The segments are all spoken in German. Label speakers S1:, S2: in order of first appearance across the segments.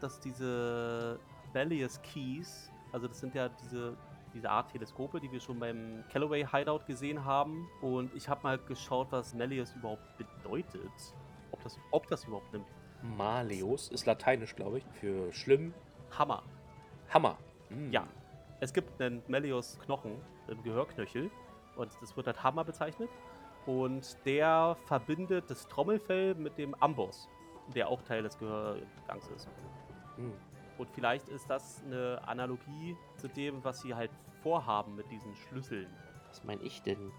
S1: dass diese Bellius Keys, also das sind ja diese, diese Art Teleskope, die wir schon beim Callaway Hideout gesehen haben. Und ich habe mal geschaut, was Malleus überhaupt bedeutet. Ob das, ob das überhaupt nimmt.
S2: Maleus ist lateinisch, glaube ich, für schlimm.
S1: Hammer.
S2: Hammer. Mm.
S1: Ja. Es gibt einen Malleus Knochen im Gehörknöchel. Und das wird als Hammer bezeichnet. Und der verbindet das Trommelfell mit dem Amboss, der auch Teil des Gehörgangs ist.
S2: Mm.
S1: Und vielleicht ist das eine Analogie zu dem, was sie halt vorhaben mit diesen Schlüsseln.
S2: Was meine ich denn?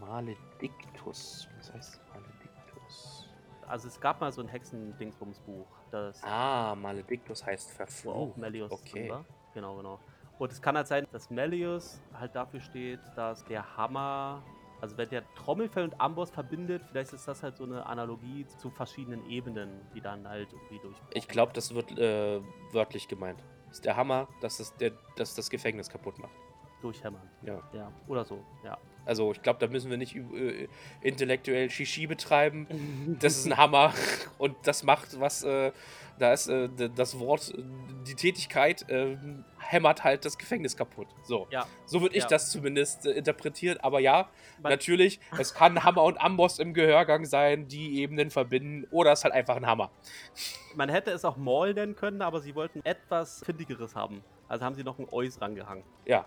S2: Maledictus. Was heißt Maledictus?
S1: Also es gab mal so ein Hexendingsbumsbuch, das
S2: Ah, Maledictus heißt
S1: wo auch
S2: verflucht.
S1: Malleus
S2: okay.
S1: drin war. Genau, genau. Und es kann halt sein, dass Malleus halt dafür steht, dass der Hammer, also wenn der Trommelfell und Amboss verbindet, vielleicht ist das halt so eine Analogie zu verschiedenen Ebenen, die dann halt irgendwie durch.
S2: Ich glaube, das wird äh, wörtlich gemeint. Ist der Hammer, dass das, der, dass das Gefängnis kaputt macht.
S1: durchhämmern.
S2: Ja.
S1: Ja, oder so, ja.
S2: Also ich glaube, da müssen wir nicht äh, intellektuell Shishi betreiben. Das ist ein Hammer und das macht was, äh, da ist äh, d- das Wort, äh, die Tätigkeit äh, hämmert halt das Gefängnis kaputt. So,
S1: Ja.
S2: so würde ich
S1: Ja.
S2: das zumindest äh, interpretieren. Aber ja,
S1: Man-
S2: natürlich, es kann Hammer und Amboss im Gehörgang sein, die Ebenen verbinden oder es ist halt einfach ein Hammer.
S1: Man hätte es auch Maul nennen können, aber sie wollten etwas Findigeres haben. Also haben sie noch ein Eus rangehangen.
S2: Ja,